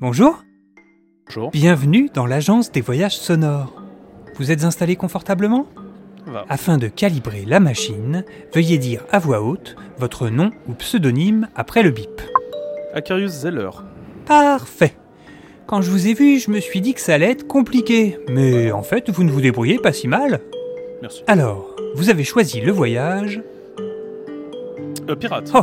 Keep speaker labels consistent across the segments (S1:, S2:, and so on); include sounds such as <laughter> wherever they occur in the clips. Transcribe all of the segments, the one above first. S1: Bonjour,
S2: Bonjour.
S1: bienvenue dans l'agence des voyages sonores. Vous êtes installé confortablement
S2: Va.
S1: Afin de calibrer la machine, veuillez dire à voix haute votre nom ou pseudonyme après le bip.
S2: Acarius Zeller.
S1: Parfait. Quand je vous ai vu, je me suis dit que ça allait être compliqué, mais en fait, vous ne vous débrouillez pas si mal.
S2: Merci.
S1: Alors, vous avez choisi le voyage,
S2: Euh, pirate.
S1: Oh.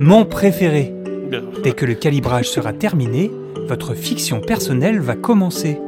S1: mon préféré.
S2: Bien.
S1: Dès que le calibrage sera terminé, votre fiction personnelle va commencer.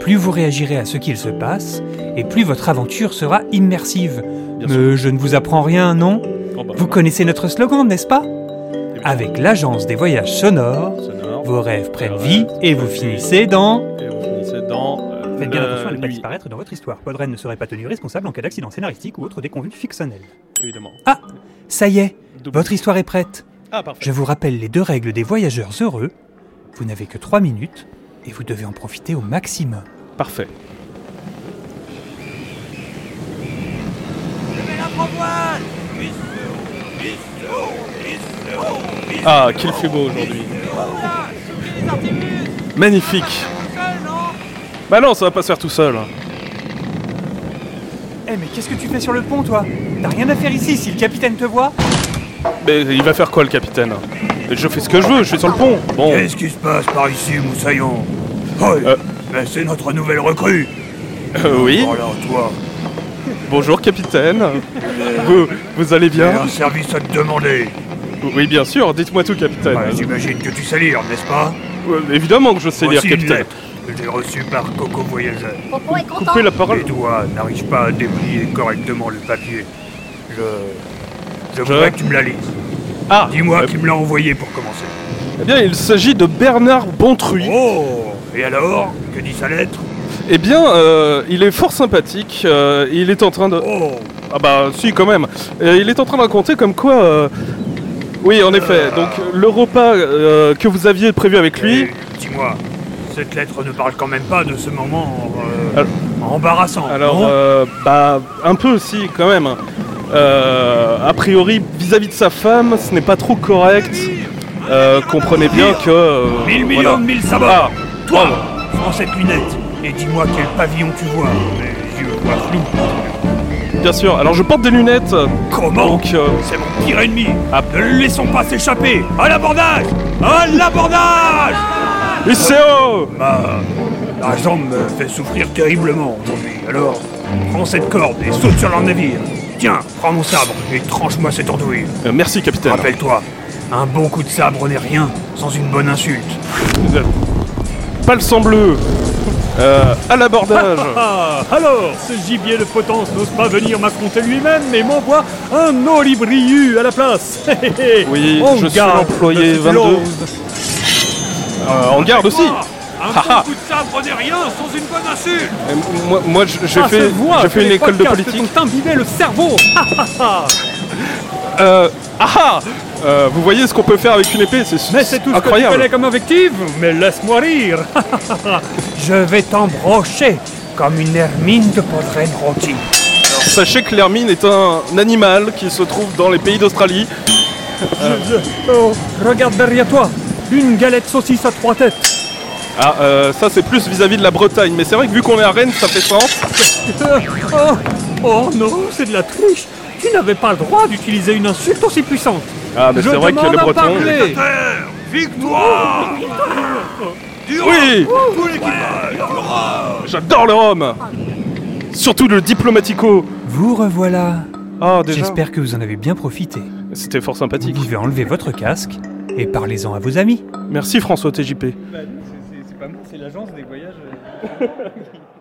S1: Plus vous réagirez à ce qu'il se passe, et plus votre aventure sera immersive.
S2: Bien sûr.
S1: Mais Euh, je ne vous apprends rien, non
S2: Oh, bah,
S1: Vous connaissez notre slogan, n'est-ce pas
S2: évidemment.
S1: Avec l'agence des voyages sonores,
S2: Sonore.
S1: vos rêves prennent vie et vous finissez dans...
S2: Et vous finissez dans. euh,
S1: Faites bien
S2: la
S1: attention à ne pas
S2: nuit,
S1: disparaître dans votre histoire. Podren ne serait pas tenu responsable en cas d'accident scénaristique ou autre déconvenue fictionnelle.
S2: Évidemment.
S1: Ah, Ça y est,
S2: Double-
S1: votre histoire est prête.
S2: Ah, parfait.
S1: Je vous rappelle les deux règles des voyageurs heureux. Vous n'avez que 3 minutes et vous devez en profiter au maximum.
S2: Parfait. Ah, qu'il fait beau aujourd'hui. Magnifique. Bah non, ça va pas se faire tout seul.
S1: Eh mais qu'est-ce que tu fais sur le pont toi T'as rien à faire ici si le capitaine te voit
S2: Mais il va faire quoi le capitaine Je fais ce que je veux, je suis sur le pont. Bon.
S3: Qu'est-ce qui se passe par ici, Moussaillon Oh,
S2: Oh. Euh.
S3: mais c'est notre nouvelle recrue
S2: Euh, oui.
S3: Oh là, toi,
S2: Bonjour capitaine. Vous, vous allez
S3: j'ai
S2: bien
S3: un service à te demander.
S2: Oui, bien Bah, sûr. Dites-moi tout, capitaine.
S3: Ouais, J'imagine que tu sais lire, n'est-ce pas
S2: Euh, Évidemment que je sais lire, Ah,
S3: Voici une
S2: capitaine.
S3: lettre que j'ai reçue par Coco Voyageur.
S4: Popo est content.
S2: Coupez la
S3: Les
S2: parole.
S3: doigts n'arrivent pas à déplier correctement le papier. Je... Je voudrais que tu me la lises.
S2: Ah,
S3: Dis-moi
S2: euh,
S3: qui me l'a envoyé pour commencer.
S2: Eh bien, il s'agit de Bernard Bontruy.
S3: Oh Et alors Que dit sa lettre
S2: Eh bien, euh, il est fort sympathique. euh, il est en train de.
S3: Oh
S2: Ah bah, si, quand même. Euh, il est en train de raconter comme quoi. euh, Oui, en effet. Donc, le repas euh, que vous aviez prévu avec lui.
S3: Et Dis-moi, cette lettre ne parle quand même pas de ce moment euh,
S2: Alors-
S3: embarrassant.
S2: Alors,
S3: non
S2: euh, bah, un peu aussi, quand même. Euh, a priori, vis-à-vis de sa femme, ce n'est pas trop correct. Euh, comprenez bien que. euh,
S3: Mille millions
S2: voilà.
S3: de mille sabots
S2: Ah,
S3: Toi, prends cette lunette et dis-moi quel pavillon tu vois. Les yeux voient flou.
S2: bien sûr. Alors, je porte des lunettes.
S3: Comment
S2: Donc, euh,
S3: C'est mon pire ennemi
S2: Ah.
S3: Ne le laissons pas s'échapper À l'abordage À l'abordage
S2: ICO
S3: Ma... La jambe me fait souffrir terriblement aujourd'hui. Alors, prends cette corde et saute sur leur navire. Tiens, prends mon sabre et tranche-moi cette andouille.
S2: Euh, Merci, capitaine.
S3: Rappelle-toi, un bon coup de sabre n'est rien sans une bonne insulte.
S2: Pas le sang bleu. Euh,
S5: <laughs>
S2: à l'abordage.
S5: Ah, alors, ce gibier de potence n'ose pas venir m'affronter lui-même, mais m'envoie un olibriu à la place. <laughs> Hé, hé, hé.
S2: Oui,
S5: On
S2: je suis
S5: garde
S2: l'employé
S5: de cette
S2: 22.
S5: lose.
S2: Euh, en garde aussi.
S3: Un
S2: Ah, ah.
S3: bon coup de sabre n'est rien sans une bonne insulte
S2: Euh, Moi, moi j- j'ai
S5: Ah, se
S2: fait,
S5: voit
S2: j'ai
S5: que
S2: fait une
S5: les
S2: école de
S5: podcasts
S2: politique.
S5: t'ont imbibé le cerveau. Ah, ah, ah.
S2: Euh, ah, ah Euh, vous voyez ce qu'on peut faire avec une épée, c'est
S5: Mais c'est tout ce que tu
S2: incroyable.
S5: connais comme invective. Mais laisse-moi rire. <laughs>
S1: Je vais t'embrocher
S3: Comme une hermine de poitrine rôtie.
S2: Sachez que l'hermine est un animal qui se trouve dans les pays d'Australie.
S5: Oh, regarde derrière toi. Une galette saucisse à trois têtes.
S2: Ah, euh, ça c'est plus vis-à-vis de la Bretagne, mais c'est vrai que vu qu'on est à Rennes, ça fait sens.
S5: Euh, oh, oh non, c'est de la triche. Tu n'avais pas le droit d'utiliser une insulte aussi puissante.
S2: Ah, mais
S5: Je
S2: c'est vrai que
S5: demande
S2: les
S5: à
S2: Bretons.
S5: parler.
S3: Victoire
S2: Oui J'adore le rhum Surtout le diplomatico
S1: Vous revoilà.
S2: Ah, déjà
S1: J'espère que vous en avez bien profité.
S2: C'était fort
S1: Vous
S2: sympathique.
S1: pouvez enlever votre casque et parlez-en à vos amis.
S2: Merci François TJP.
S6: C'est pas moi, c'est l'agence des voyages.